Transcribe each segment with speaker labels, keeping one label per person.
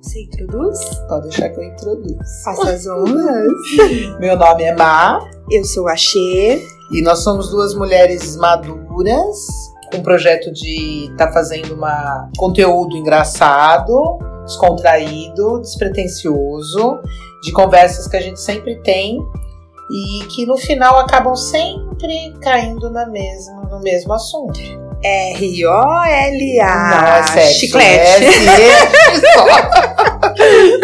Speaker 1: Você introduz?
Speaker 2: Pode deixar que eu introduzo.
Speaker 1: Faça as honras.
Speaker 2: Meu nome é Má
Speaker 1: Eu sou a Xê.
Speaker 2: e nós somos duas mulheres maduras com um projeto de estar fazendo uma conteúdo engraçado, descontraído, despretensioso, de conversas que a gente sempre tem e que no final acabam sempre caindo na mesma, no mesmo assunto.
Speaker 1: R-O-L-A.
Speaker 2: é sexo,
Speaker 1: Ah, Chiclete.
Speaker 2: É, sim, é só.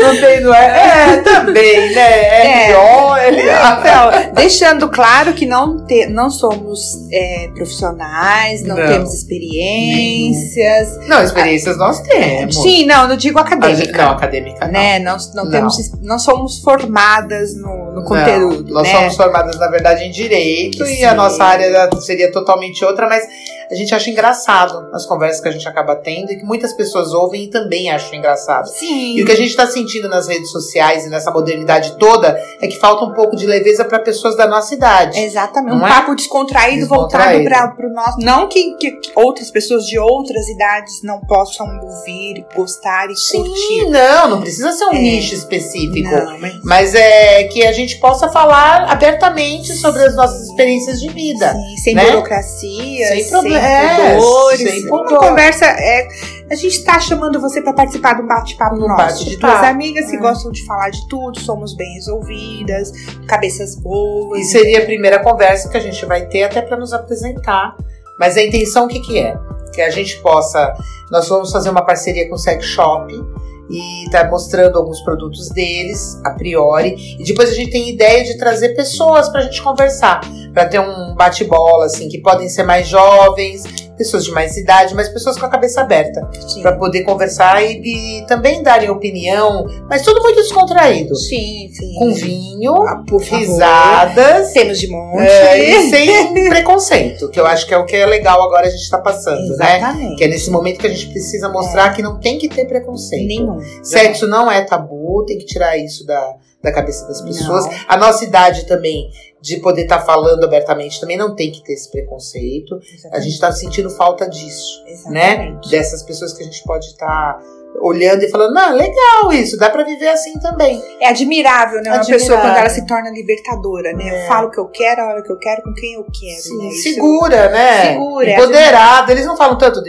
Speaker 2: Não tem, não é? É, também, né?
Speaker 1: É.
Speaker 2: É, ó, ele
Speaker 1: Então, deixando claro que não, te, não somos é, profissionais, não,
Speaker 2: Não.
Speaker 1: temos experiências.
Speaker 2: Não, experiências nós temos.
Speaker 1: Sim, não, não digo
Speaker 2: É A gente-
Speaker 1: acadêmica.
Speaker 2: não, acadêmica não.
Speaker 1: né? Não, não,
Speaker 2: Não.
Speaker 1: Temos, não somos formadas no, no
Speaker 2: Não,
Speaker 1: conteúdo.
Speaker 2: nós
Speaker 1: né?
Speaker 2: somos formadas, na verdade, em direito e a
Speaker 1: Sim.
Speaker 2: nossa área seria totalmente outra, mas a gente acha engraçado as conversas que a gente acaba tendo e que muitas pessoas ouvem e também acham engraçado. E
Speaker 1: Sim.
Speaker 2: o que a gente está sentindo nas redes sociais e nessa modernidade toda é que falta um pouco de leveza para pessoas da nossa idade.
Speaker 1: Exatamente.
Speaker 2: Não
Speaker 1: um
Speaker 2: é?
Speaker 1: papo descontraído, voltado
Speaker 2: Descontraído.
Speaker 1: para o nosso. Não que, que outras pessoas de outras idades não possam ouvir, gostar e curtir.
Speaker 2: Sim, não, não precisa ser um
Speaker 1: É.
Speaker 2: nicho específico.
Speaker 1: Não, mas-
Speaker 2: Mas é que a gente possa falar abertamente sobre as nossas experiências de vida.
Speaker 1: Sim, sem
Speaker 2: né?
Speaker 1: burocracia,
Speaker 2: Sem
Speaker 1: sem
Speaker 2: proble- é,
Speaker 1: pudores.
Speaker 2: sem
Speaker 1: uma
Speaker 2: pudor.
Speaker 1: conversa é, a gente tá chamando você para participar de um bate-papo
Speaker 2: Um
Speaker 1: nosso, de
Speaker 2: bate-papo.
Speaker 1: duas amigas que
Speaker 2: É.
Speaker 1: gostam de falar de tudo, somos bem resolvidas, cabeças boas.
Speaker 2: E seria a primeira conversa que a gente vai ter até para nos apresentar. Mas a intenção o que, que é? Que a gente possa. Nós vamos fazer uma parceria com o Sex Shop e tá mostrando alguns produtos deles a priori. E depois a gente tem ideia de trazer pessoas pra gente conversar. Pra ter um bate-bola, assim, que podem ser mais jovens, pessoas de mais idade, mas pessoas com a cabeça aberta.
Speaker 1: Sim.
Speaker 2: Pra poder conversar e, e também darem opinião, mas tudo muito descontraído.
Speaker 1: Sim, sim.
Speaker 2: Com vinho,
Speaker 1: Ah, por favor.
Speaker 2: risadas
Speaker 1: Temos de monte.
Speaker 2: é, e sem preconceito, que eu acho que é o que é legal agora a gente tá passando, né?
Speaker 1: Exatamente. É.
Speaker 2: Que é nesse momento que a gente precisa mostrar que não tem que ter preconceito.
Speaker 1: Nenhum.
Speaker 2: Sexo não é tabu, tem que tirar isso da, da cabeça das pessoas.
Speaker 1: Não.
Speaker 2: A nossa idade também, de poder estar falando abertamente, também não tem que ter esse preconceito. A gente tá sentindo falta disso, né?
Speaker 1: Exatamente.
Speaker 2: Dessas pessoas que a gente pode estar olhando e falando, ah, legal isso, dá pra viver assim também.
Speaker 1: É admirável, né? Uma
Speaker 2: Admirável. É.
Speaker 1: pessoa quando ela se torna libertadora, né? Eu falo o que eu quero, a hora que eu quero, com quem eu quero. né? Isso-
Speaker 2: segura, né?
Speaker 1: Segura, é
Speaker 2: Empoderada. Eles não falam tanto do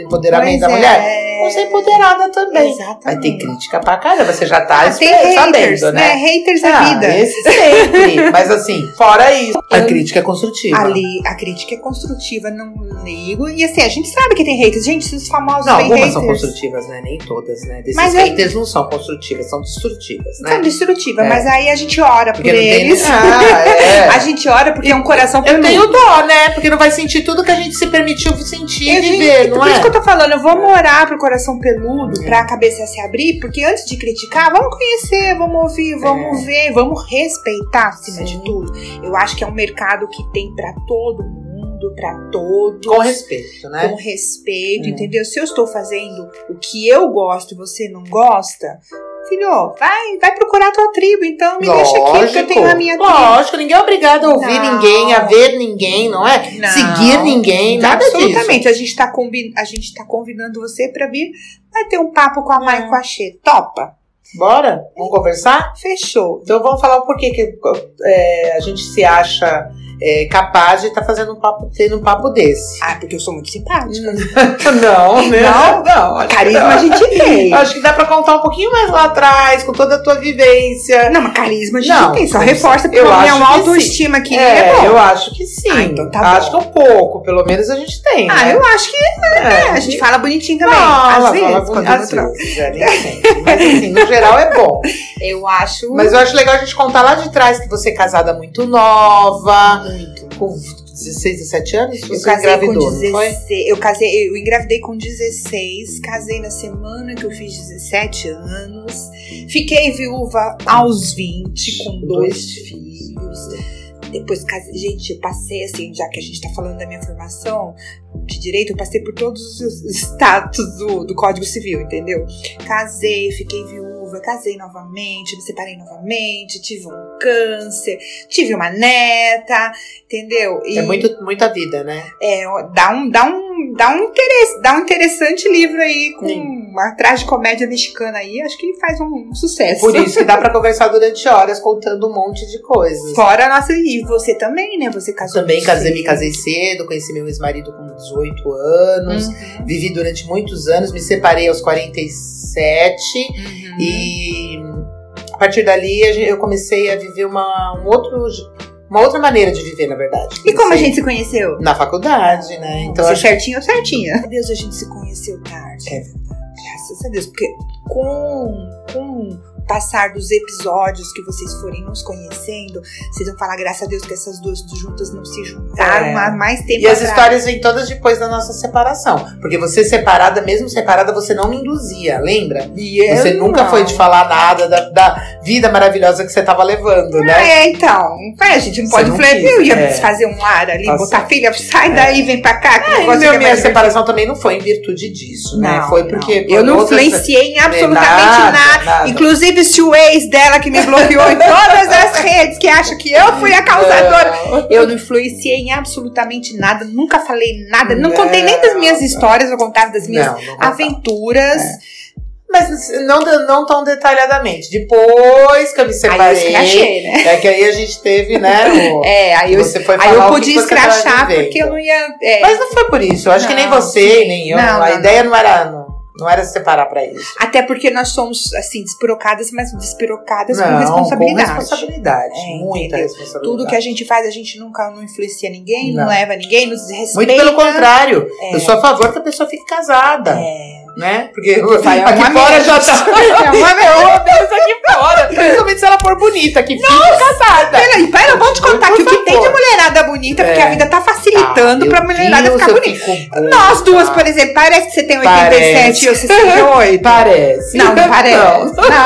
Speaker 1: Pois
Speaker 2: empoderamento da mulher.
Speaker 1: é.
Speaker 2: Vamos ser empoderada também.
Speaker 1: Exatamente.
Speaker 2: Vai ter crítica pra caramba, você já tá
Speaker 1: Ah, tem haters,
Speaker 2: sabendo, né?
Speaker 1: Haters
Speaker 2: Ah,
Speaker 1: da vida.
Speaker 2: esse sempre. Mas assim, fora isso, a crítica é construtiva.
Speaker 1: Ali, a crítica é construtiva, não ligo. E assim, a gente sabe que tem haters. Gente, os famosos
Speaker 2: Não,
Speaker 1: têm
Speaker 2: algumas
Speaker 1: haters.
Speaker 2: são construtivas, né? Nem todas, né? Desses
Speaker 1: Mas é-
Speaker 2: haters não são construtivas, são destrutivas, né?
Speaker 1: São destrutivas,
Speaker 2: É.
Speaker 1: mas aí a gente ora por
Speaker 2: Porque não tem-
Speaker 1: eles.
Speaker 2: Ah, é.
Speaker 1: A gente ora porque é um coração
Speaker 2: Eu
Speaker 1: peludo.
Speaker 2: tenho dó, né? Porque não vai sentir tudo que a gente se permitiu sentir e
Speaker 1: Eu digo
Speaker 2: viver,
Speaker 1: que-
Speaker 2: não
Speaker 1: por
Speaker 2: é?
Speaker 1: isso que eu tô falando, eu vou morar pro coração peludo,
Speaker 2: É.
Speaker 1: pra cabeça se abrir, porque antes de criticar, vamos conhecer, vamos ouvir, vamos ver, vamos respeitar acima
Speaker 2: É. Sim.
Speaker 1: de tudo. Eu acho que é um mercado que tem pra todo mundo, pra todos.
Speaker 2: Com respeito, né?
Speaker 1: com respeito,
Speaker 2: É.
Speaker 1: entendeu? Se eu estou fazendo o que eu gosto e você não gosta, filho, vai, vai procurar a tua tribo, então me deixa aqui, porque eu tenho a minha tribo.
Speaker 2: Lógico, ninguém é obrigado a ouvir
Speaker 1: Não.
Speaker 2: ninguém, a ver ninguém, não é?
Speaker 1: Não.
Speaker 2: Seguir ninguém, nada disso.
Speaker 1: Absolutamente. A gente, tá combi... a gente tá convidando você pra vir bater um papo com a Mai e com a Xê. Topa?
Speaker 2: Bora? Vamos conversar?
Speaker 1: Fechou.
Speaker 2: Então vamos falar o porquê que é, a gente se acha é, capaz de estar fazendo um papo, tendo um papo desse.
Speaker 1: Ah, porque eu sou muito simpática.
Speaker 2: Hum. Não, né?
Speaker 1: Não?
Speaker 2: não. acho que
Speaker 1: Carisma
Speaker 2: não.
Speaker 1: a gente tem.
Speaker 2: Acho que dá pra contar um pouquinho mais lá atrás, com toda a tua vivência.
Speaker 1: Não, mas carisma a gente
Speaker 2: Não,
Speaker 1: tem. Só
Speaker 2: eu
Speaker 1: reforça porque
Speaker 2: eu
Speaker 1: a minha
Speaker 2: acho que
Speaker 1: um autoestima aqui é, boa.
Speaker 2: eu acho que sim.
Speaker 1: Ah, então tá
Speaker 2: acho que um pouco, pelo menos a gente tem.
Speaker 1: Ah,
Speaker 2: né?
Speaker 1: eu acho que é, a gente fala bonitinho também.
Speaker 2: Uhum.
Speaker 1: assim,
Speaker 2: Fala,
Speaker 1: às
Speaker 2: fala
Speaker 1: vezes,
Speaker 2: bonito,
Speaker 1: quando
Speaker 2: às
Speaker 1: eu troco.
Speaker 2: vezes, é, nem sempre. Mas assim, no geral é bom.
Speaker 1: Eu acho
Speaker 2: Mas eu acho legal a gente contar lá de trás que você é casada muito nova,
Speaker 1: muito.
Speaker 2: com 16, 17 anos,
Speaker 1: Eu
Speaker 2: você
Speaker 1: casei
Speaker 2: engravidou,
Speaker 1: com
Speaker 2: não foi?
Speaker 1: 16. Eu casei, eu engravidei com 16, casei na semana que eu fiz 17 anos. Fiquei viúva aos 20 com dois,
Speaker 2: Dois
Speaker 1: filhos. Depois casei, gente, eu passei assim, já que a gente tá falando da minha formação de direito, eu passei por todos os status do, do Código Civil, entendeu? Casei, fiquei viúva, casei novamente, me separei novamente, tive um câncer, tive uma neta, entendeu? E-
Speaker 2: É muito, muita vida, né?
Speaker 1: é, ó, dá um, dá um, dá um interesse, dá um interessante livro aí com
Speaker 2: Sim.
Speaker 1: uma tragicomédia mexicana aí, acho que faz um, um sucesso.
Speaker 2: Por isso que dá pra conversar durante horas contando um monte de coisas.
Speaker 1: Fora a nossa. E você também, né? Você casou
Speaker 2: Também
Speaker 1: muito
Speaker 2: casei,
Speaker 1: cedo.
Speaker 2: me casei cedo, conheci meu ex-marido com 18 anos,
Speaker 1: Uhum,
Speaker 2: vivi durante muitos anos, me separei aos 47
Speaker 1: uhum.
Speaker 2: E a partir dali a gen- eu comecei a viver uma, um outro, uma outra maneira de viver, na verdade.
Speaker 1: E como a
Speaker 2: Comecei
Speaker 1: gente se conheceu?
Speaker 2: Na faculdade, né? Então
Speaker 1: você
Speaker 2: acho
Speaker 1: certinha ou certinha. Meu Deus, a gente se conheceu tarde.
Speaker 2: É
Speaker 1: Graças a Deus, porque com, com o passar dos episódios que vocês forem nos conhecendo, vocês vão falar, graças a Deus, que essas duas juntas não se juntaram
Speaker 2: É.
Speaker 1: há mais tempo
Speaker 2: E as
Speaker 1: atrás.
Speaker 2: histórias vêm todas depois da nossa separação. Porque você separada, mesmo separada, você não me induzia, lembra?
Speaker 1: E eu
Speaker 2: você nunca
Speaker 1: não.
Speaker 2: foi de falar nada da, da vida maravilhosa que você tava levando, né?
Speaker 1: É, então. É, a gente não
Speaker 2: Você
Speaker 1: pode
Speaker 2: não
Speaker 1: falar,
Speaker 2: quis,
Speaker 1: eu ia
Speaker 2: é.
Speaker 1: desfazer um lar ali,
Speaker 2: Tá
Speaker 1: botar
Speaker 2: certo.
Speaker 1: filha, sai
Speaker 2: É.
Speaker 1: daí, vem pra cá. Que
Speaker 2: É,
Speaker 1: negócio
Speaker 2: meu,
Speaker 1: que é
Speaker 2: minha
Speaker 1: mais divertido.
Speaker 2: separação também não foi em virtude disso, né?
Speaker 1: Não,
Speaker 2: Foi porque.
Speaker 1: não. Eu não
Speaker 2: outras-
Speaker 1: influenciei em absolutamente
Speaker 2: Nada,
Speaker 1: nada.
Speaker 2: nada.
Speaker 1: Inclusive se o ex dela que me bloqueou em todas as redes, que acha que eu fui a causadora.
Speaker 2: Não.
Speaker 1: Eu não influenciei em absolutamente nada, nunca falei nada, não,
Speaker 2: Não,
Speaker 1: contei nem das minhas
Speaker 2: não.
Speaker 1: histórias, eu contava das minhas
Speaker 2: Não, não contava.
Speaker 1: aventuras.
Speaker 2: Mas não, de- não tão detalhadamente. Depois que eu me
Speaker 1: Aí eu
Speaker 2: separei.
Speaker 1: escrachei, né?
Speaker 2: é que aí a gente teve, né? o-
Speaker 1: É, aí eu,
Speaker 2: você foi
Speaker 1: aí
Speaker 2: falar
Speaker 1: eu
Speaker 2: o que
Speaker 1: podia
Speaker 2: você tá tava
Speaker 1: escrachar
Speaker 2: vivendo.
Speaker 1: porque eu não ia. é.
Speaker 2: Mas não foi por isso. Eu acho que nem
Speaker 1: Não,
Speaker 2: você, nem eu.
Speaker 1: Não,
Speaker 2: a
Speaker 1: não,
Speaker 2: ideia não era. Não, não era se separar pra isso.
Speaker 1: Até porque nós somos, assim, despirocadas, mas despirocadas
Speaker 2: não,
Speaker 1: com responsabilidade.
Speaker 2: Com responsabilidade.
Speaker 1: É,
Speaker 2: muita
Speaker 1: entendeu?
Speaker 2: responsabilidade.
Speaker 1: Tudo que é a gente faz, a gente nunca não influencia ninguém, não,
Speaker 2: Não.
Speaker 1: leva ninguém, nos desrespeita.
Speaker 2: Muito pelo contrário.
Speaker 1: É.
Speaker 2: Eu sou a favor que a pessoa fique casada.
Speaker 1: É.
Speaker 2: Né? Porque
Speaker 1: Vai, é
Speaker 2: aqui
Speaker 1: uma
Speaker 2: fora
Speaker 1: menos.
Speaker 2: já tá.
Speaker 1: É uma
Speaker 2: É uma menos aqui fora. Principalmente se ela for bonita, que fique casada.
Speaker 1: Peraí, peraí, vamos te contar
Speaker 2: Por
Speaker 1: que o que
Speaker 2: favor.
Speaker 1: tem de mulherada bonita, porque
Speaker 2: É. Ah,
Speaker 1: a vida tá facilitando pra mulherada ficar bonita. Nós duas, por exemplo, parece que você tem 87 e eu 68.
Speaker 2: Parece.
Speaker 1: Não, não parece.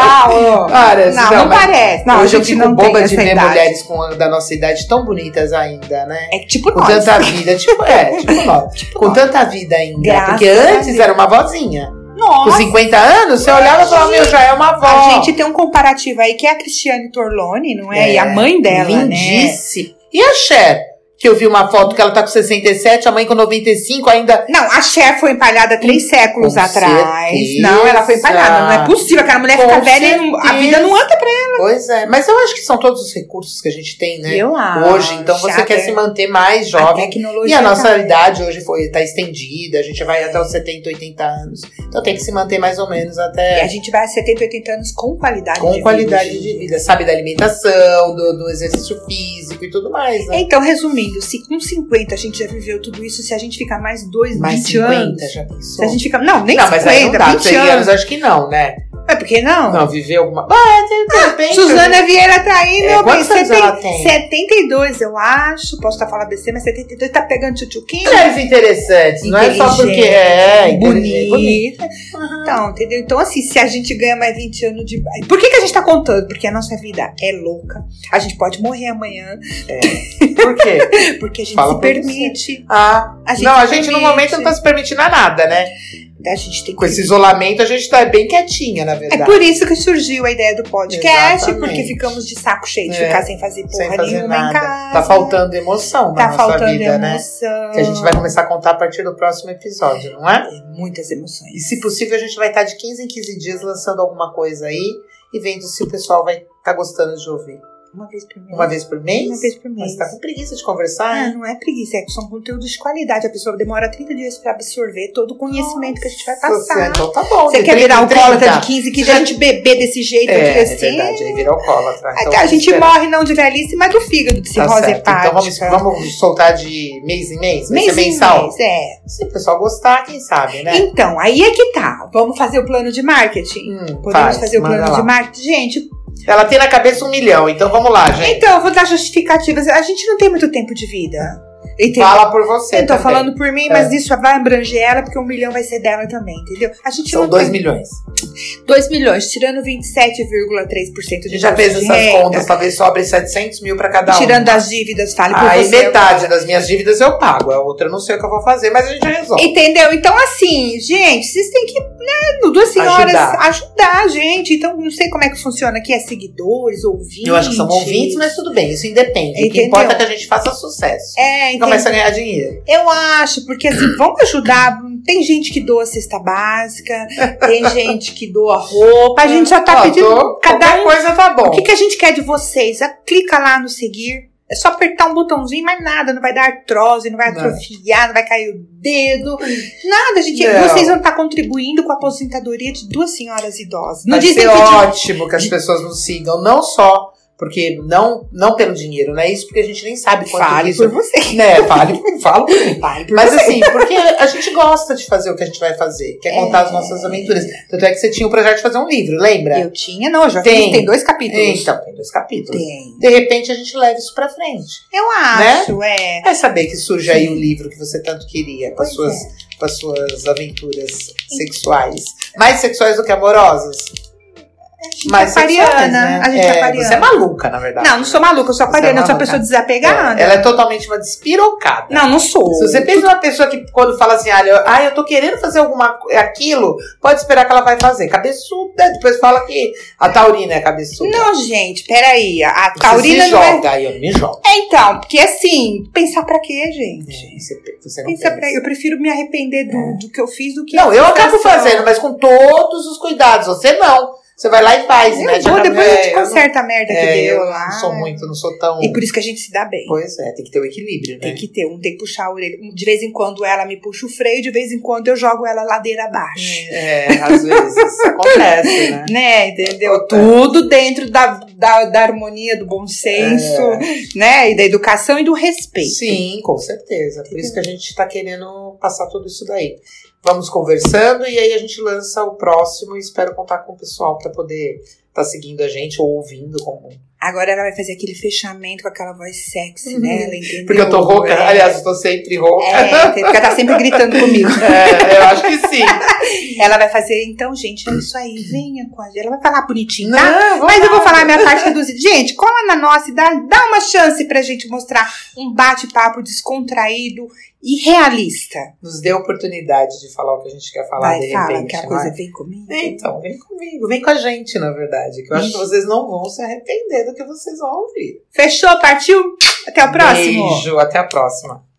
Speaker 1: Não,
Speaker 2: Parece.
Speaker 1: Não, não parece. Não,
Speaker 2: Hoje
Speaker 1: a
Speaker 2: eu
Speaker 1: gente
Speaker 2: fico
Speaker 1: não tem
Speaker 2: boba de
Speaker 1: essa
Speaker 2: ver
Speaker 1: idade.
Speaker 2: mulheres com a- da nossa idade tão bonitas ainda, né?
Speaker 1: é tipo
Speaker 2: Com
Speaker 1: nós.
Speaker 2: tanta vida, tipo, é, tipo nós. com
Speaker 1: nós.
Speaker 2: tanta vida ainda.
Speaker 1: Graças
Speaker 2: porque
Speaker 1: a
Speaker 2: antes
Speaker 1: Deus.
Speaker 2: era uma vozinha. Com
Speaker 1: Nossa,
Speaker 2: 50 anos, você olhava e falava, meu, já é uma avó.
Speaker 1: a gente tem um comparativo aí que é a Cristiane Torlone, não é? E a mãe dela, né?
Speaker 2: Lindíssima. E a Cher? Que eu vi uma foto que ela tá com 67, a mãe com 95 ainda
Speaker 1: Não, a Cher foi empalhada três séculos
Speaker 2: Com
Speaker 1: atrás.
Speaker 2: certeza.
Speaker 1: Não, ela foi empalhada. Não é possível. Aquela mulher
Speaker 2: Com
Speaker 1: fica velha e não- a
Speaker 2: certeza.
Speaker 1: vida não anda pra
Speaker 2: Pois é, mas eu acho que são todos os recursos que a gente tem, né?
Speaker 1: Eu acho.
Speaker 2: Hoje, então você
Speaker 1: Até-
Speaker 2: quer se manter mais
Speaker 1: A
Speaker 2: jovem.
Speaker 1: tecnologia
Speaker 2: E a nossa
Speaker 1: tá-
Speaker 2: idade hoje foi tá estendida, a gente vai até os 70, 80 anos. Então tem que se manter mais ou menos
Speaker 1: E a
Speaker 2: até
Speaker 1: gente vai a 70, 80 anos com qualidade de
Speaker 2: é. com
Speaker 1: vida,
Speaker 2: qualidade
Speaker 1: gente.
Speaker 2: de vida, sabe? Da alimentação, do, do exercício físico e tudo mais, né?
Speaker 1: Então, resumindo, se com 50 a gente já viveu tudo isso, se a gente ficar mais 2,
Speaker 2: Mais
Speaker 1: 20
Speaker 2: 50
Speaker 1: anos.
Speaker 2: já
Speaker 1: Se
Speaker 2: pensou?
Speaker 1: a gente fica. Não, nem
Speaker 2: não,
Speaker 1: 50,
Speaker 2: mas aí não dá,
Speaker 1: 20
Speaker 2: 100 anos.
Speaker 1: anos.
Speaker 2: acho que não, né?
Speaker 1: Mas por que não?
Speaker 2: Não, viver alguma... Ah, tem, tem, tem, tem.
Speaker 1: Suzana Vieira tá aí,
Speaker 2: É,
Speaker 1: meu bem.
Speaker 2: quantos anos ela tem?
Speaker 1: 72, eu acho. Posso estar falando BC, mas 72 tá pegando tchutchuquinho.
Speaker 2: Mulheres interessantes, não é só porque é inteligente, bonita.
Speaker 1: bonita. Então, entendeu? Então, assim, se a gente ganha mais 20 anos de. Por que, que a gente tá contando? Porque a nossa vida é louca. A gente pode morrer amanhã,
Speaker 2: Por quê?
Speaker 1: porque a gente
Speaker 2: Fala
Speaker 1: se
Speaker 2: por você.
Speaker 1: permite.
Speaker 2: Ah,
Speaker 1: A gente
Speaker 2: não, a
Speaker 1: se
Speaker 2: gente no
Speaker 1: permite. Então,
Speaker 2: momento não tá se permitindo a nada, né?
Speaker 1: A gente tem
Speaker 2: Com
Speaker 1: que.
Speaker 2: esse isolamento, a gente tá bem quietinha, na verdade.
Speaker 1: É por isso que surgiu a ideia do podcast,
Speaker 2: Exatamente.
Speaker 1: porque ficamos de saco cheio de
Speaker 2: É.
Speaker 1: ficar sem fazer porra
Speaker 2: Sem fazer
Speaker 1: nenhuma em
Speaker 2: nada.
Speaker 1: casa.
Speaker 2: Tá faltando emoção na
Speaker 1: Tá
Speaker 2: nossa
Speaker 1: faltando
Speaker 2: vida, né?
Speaker 1: emoção.
Speaker 2: Que a gente vai começar a contar a partir do próximo episódio, não é?
Speaker 1: Muitas emoções.
Speaker 2: E se possível, a gente vai estar de 15 em 15 dias lançando alguma coisa aí e vendo se o pessoal vai estar gostando de ouvir.
Speaker 1: Uma vez por mês.
Speaker 2: Uma vez por mês?
Speaker 1: É. Uma vez por mês.
Speaker 2: Mas tá com preguiça de conversar?
Speaker 1: Ah,
Speaker 2: hein?
Speaker 1: não é preguiça, é que são conteúdos de qualidade. A pessoa demora 30 dias pra absorver todo o Ah, conhecimento que a gente vai
Speaker 2: Você-
Speaker 1: passar.
Speaker 2: Então tá bom.
Speaker 1: Você
Speaker 2: de
Speaker 1: quer
Speaker 2: 30
Speaker 1: virar
Speaker 2: em 30.
Speaker 1: alcoólatra de 15, que a gente beber desse jeito aqui
Speaker 2: É, é
Speaker 1: assim.
Speaker 2: verdade, aí vira
Speaker 1: Até
Speaker 2: alcoólatra. Então
Speaker 1: Ah, tá, a
Speaker 2: vamos
Speaker 1: gente
Speaker 2: esperar.
Speaker 1: morre não de velhice, mas do fígado de
Speaker 2: Tá
Speaker 1: cirrose
Speaker 2: certo.
Speaker 1: hepática.
Speaker 2: Então vamos, vamos soltar de mês em mês? Vai
Speaker 1: mês
Speaker 2: ser
Speaker 1: em
Speaker 2: mensal?
Speaker 1: mês, é.
Speaker 2: Se o pessoal gostar, quem sabe, né?
Speaker 1: Então, aí é que tá. Vamos fazer o plano de marketing.
Speaker 2: Hum,
Speaker 1: Podemos
Speaker 2: faz,
Speaker 1: fazer o
Speaker 2: manda
Speaker 1: plano
Speaker 2: lá.
Speaker 1: de marketing? Gente,
Speaker 2: Ela tem na cabeça um milhão, então vamos lá, gente.
Speaker 1: Então, eu vou dar justificativas. A gente não tem muito tempo de vida. Entendeu?
Speaker 2: Fala por você.
Speaker 1: eu tô
Speaker 2: também. É.
Speaker 1: falando por mim, mas isso vai abranger ela, porque um milhão vai ser dela também, entendeu? A gente
Speaker 2: São
Speaker 1: não
Speaker 2: 2
Speaker 1: tem-
Speaker 2: milhões.
Speaker 1: dois milhões, tirando 27,3%
Speaker 2: A
Speaker 1: de
Speaker 2: gente já fez
Speaker 1: imposto de
Speaker 2: essas
Speaker 1: renda,
Speaker 2: contas, talvez sobre 700 mil pra cada um.
Speaker 1: É. Tirando as dívidas, fale por
Speaker 2: Aí
Speaker 1: você.
Speaker 2: metade das minhas dívidas eu pago, a outra eu não sei o que eu vou fazer, mas a gente resolve.
Speaker 1: Entendeu? Então, assim, gente, vocês têm que Não, duas senhoras
Speaker 2: Ajudar.
Speaker 1: ajudar. a gente. Então, não sei como é que funciona aqui. É seguidores, ouvintes.
Speaker 2: Eu acho que são ouvintes, mas tudo bem, isso independe. O que
Speaker 1: Entendeu?
Speaker 2: importa é que a gente faça sucesso.
Speaker 1: É,
Speaker 2: E
Speaker 1: então.
Speaker 2: começa a ganhar dinheiro.
Speaker 1: Eu acho, porque assim, vamos ajudar. Tem gente que doa cesta básica, tem gente que doa roupa. A gente já tá
Speaker 2: Ó,
Speaker 1: pedindo
Speaker 2: tô-
Speaker 1: cada
Speaker 2: qualquer
Speaker 1: um.
Speaker 2: coisa tá bom.
Speaker 1: O que, que a gente quer de vocês? Ah, Clica lá no seguir. É só apertar um botãozinho, mas nada, não vai dar artrose, não vai
Speaker 2: Não.
Speaker 1: atrofiar, não vai cair o dedo, nada. A gente,
Speaker 2: Não.
Speaker 1: vocês vão estar contribuindo com a aposentadoria de duas senhoras idosas. Não
Speaker 2: Vai
Speaker 1: dizem
Speaker 2: ser
Speaker 1: que de-
Speaker 2: ótimo que as pessoas nos sigam, não só porque não, não pelo dinheiro, não é isso, porque a gente nem sabe quanto
Speaker 1: fale
Speaker 2: isso
Speaker 1: por você.
Speaker 2: né? Fale, falo por mim.
Speaker 1: Fale por
Speaker 2: Mas
Speaker 1: você.
Speaker 2: assim, porque a gente gosta de fazer o que a gente vai fazer, quer contar as nossas aventuras. Tanto é que você tinha o projeto de fazer um livro, lembra?
Speaker 1: Eu tinha, não, eu já
Speaker 2: Tem.
Speaker 1: fiz, tem dois capítulos.
Speaker 2: Então, tem dois capítulos.
Speaker 1: Tem.
Speaker 2: De repente a gente leva isso pra frente.
Speaker 1: Eu acho, é.
Speaker 2: É saber que surge aí o livro que você tanto queria, com as,
Speaker 1: Pois é.
Speaker 2: suas, com as suas aventuras sexuais. Mais sexuais do que amorosas? Mais
Speaker 1: é aquariana,
Speaker 2: sexuais, né?
Speaker 1: a gente é aquariana.
Speaker 2: Você é maluca, na verdade.
Speaker 1: Não, não sou maluca, eu sou
Speaker 2: Você é
Speaker 1: aquariana, eu sou uma
Speaker 2: maluca.
Speaker 1: pessoa desapegada.
Speaker 2: É, Ela é totalmente uma despirocada.
Speaker 1: Não, não sou.
Speaker 2: Se você pensa uma pessoa que quando fala assim, ah, eu, ah, eu tô querendo fazer alguma co- é aquilo, pode esperar que ela vai fazer. Cabeçuda, depois fala que a Taurina é cabeçuda.
Speaker 1: Não, gente, peraí. A a
Speaker 2: Você
Speaker 1: Taurina
Speaker 2: se
Speaker 1: não é...
Speaker 2: joga, aí eu me jogo.
Speaker 1: é. Então, porque assim, pensar pra quê, gente?
Speaker 2: Você, você não
Speaker 1: Pensa
Speaker 2: pensa.
Speaker 1: pra... Eu prefiro me arrepender do, do que eu fiz do que.
Speaker 2: É. Não, eu acabo
Speaker 1: frustração.
Speaker 2: fazendo, mas com todos os cuidados. Você não. Você vai lá e faz,
Speaker 1: Eu
Speaker 2: né?
Speaker 1: vou, depois
Speaker 2: é,
Speaker 1: a gente
Speaker 2: eu não-
Speaker 1: conserta a merda que
Speaker 2: é,
Speaker 1: deu
Speaker 2: eu
Speaker 1: lá.
Speaker 2: Não sou muito, não sou tão.
Speaker 1: E por isso que a gente se dá bem.
Speaker 2: Pois é, tem que ter o equilíbrio,
Speaker 1: Tem
Speaker 2: né?
Speaker 1: que ter um, tem que puxar a orelha. Um- De vez em quando ela me puxa o freio, de vez em quando eu jogo ela ladeira abaixo.
Speaker 2: É, às vezes acontece, né?
Speaker 1: Né, entendeu?
Speaker 2: Acontece.
Speaker 1: Tudo dentro da, da, da harmonia, do bom senso, né? E da educação e do respeito.
Speaker 2: É. Sim, com certeza. Por isso que a gente está querendo passar tudo isso daí. Vamos conversando e aí a gente lança o próximo e espero contar com o pessoal para poder estar seguindo a gente ou ouvindo. Como...
Speaker 1: Agora ela vai fazer aquele fechamento com aquela voz sexy
Speaker 2: Uhum.
Speaker 1: dela, entendeu?
Speaker 2: Porque eu tô rouca,
Speaker 1: É.
Speaker 2: aliás, eu tô sempre rouca.
Speaker 1: É, entendeu? porque ela tá sempre gritando comigo.
Speaker 2: É, eu acho que sim.
Speaker 1: Ela vai fazer, então, gente, é isso aí, venha com a gente. Ela vai falar bonitinho, tá?
Speaker 2: Não,
Speaker 1: Mas eu vou
Speaker 2: lá.
Speaker 1: falar a minha parte reduzida. Gente, cola na nossa e dá, dá uma chance pra gente mostrar um bate-papo descontraído e realista.
Speaker 2: Nos dê a oportunidade de falar o que a gente quer falar
Speaker 1: vai,
Speaker 2: de
Speaker 1: fala
Speaker 2: repente.
Speaker 1: que a
Speaker 2: não
Speaker 1: coisa tá
Speaker 2: é?
Speaker 1: vem comigo.
Speaker 2: Então, vem comigo, vem com a gente, na verdade, que eu acho que vocês não vão se arrepender do que vocês vão ouvir.
Speaker 1: Fechou, partiu? Até o próximo.
Speaker 2: Beijo, até a próxima.